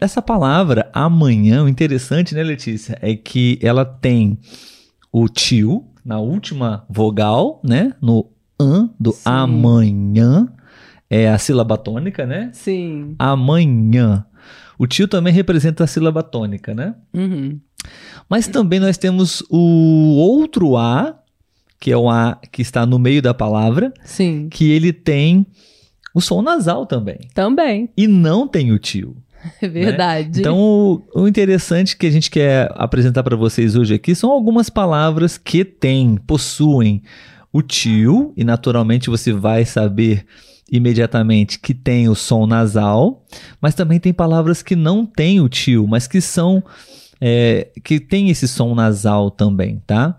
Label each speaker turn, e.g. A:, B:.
A: Essa palavra amanhã, o interessante, né, Letícia, é que ela tem o tio na última vogal, né, no an do
B: Sim.
A: amanhã, é a sílaba tônica, né?
B: Sim.
A: Amanhã. O tio também representa a sílaba tônica, né?
B: Uhum.
A: Mas também nós temos o outro A, que é o A que está no meio da palavra,
B: Sim.
A: que ele tem o som nasal também.
B: Também.
A: E não tem o tio.
B: É verdade.
A: Então, o, o interessante que a gente quer apresentar para vocês hoje aqui são algumas palavras que têm, possuem o tio, e naturalmente você vai saber imediatamente que tem o som nasal, mas também tem palavras que não têm o tio, mas que são. é, que tem esse som nasal também, tá?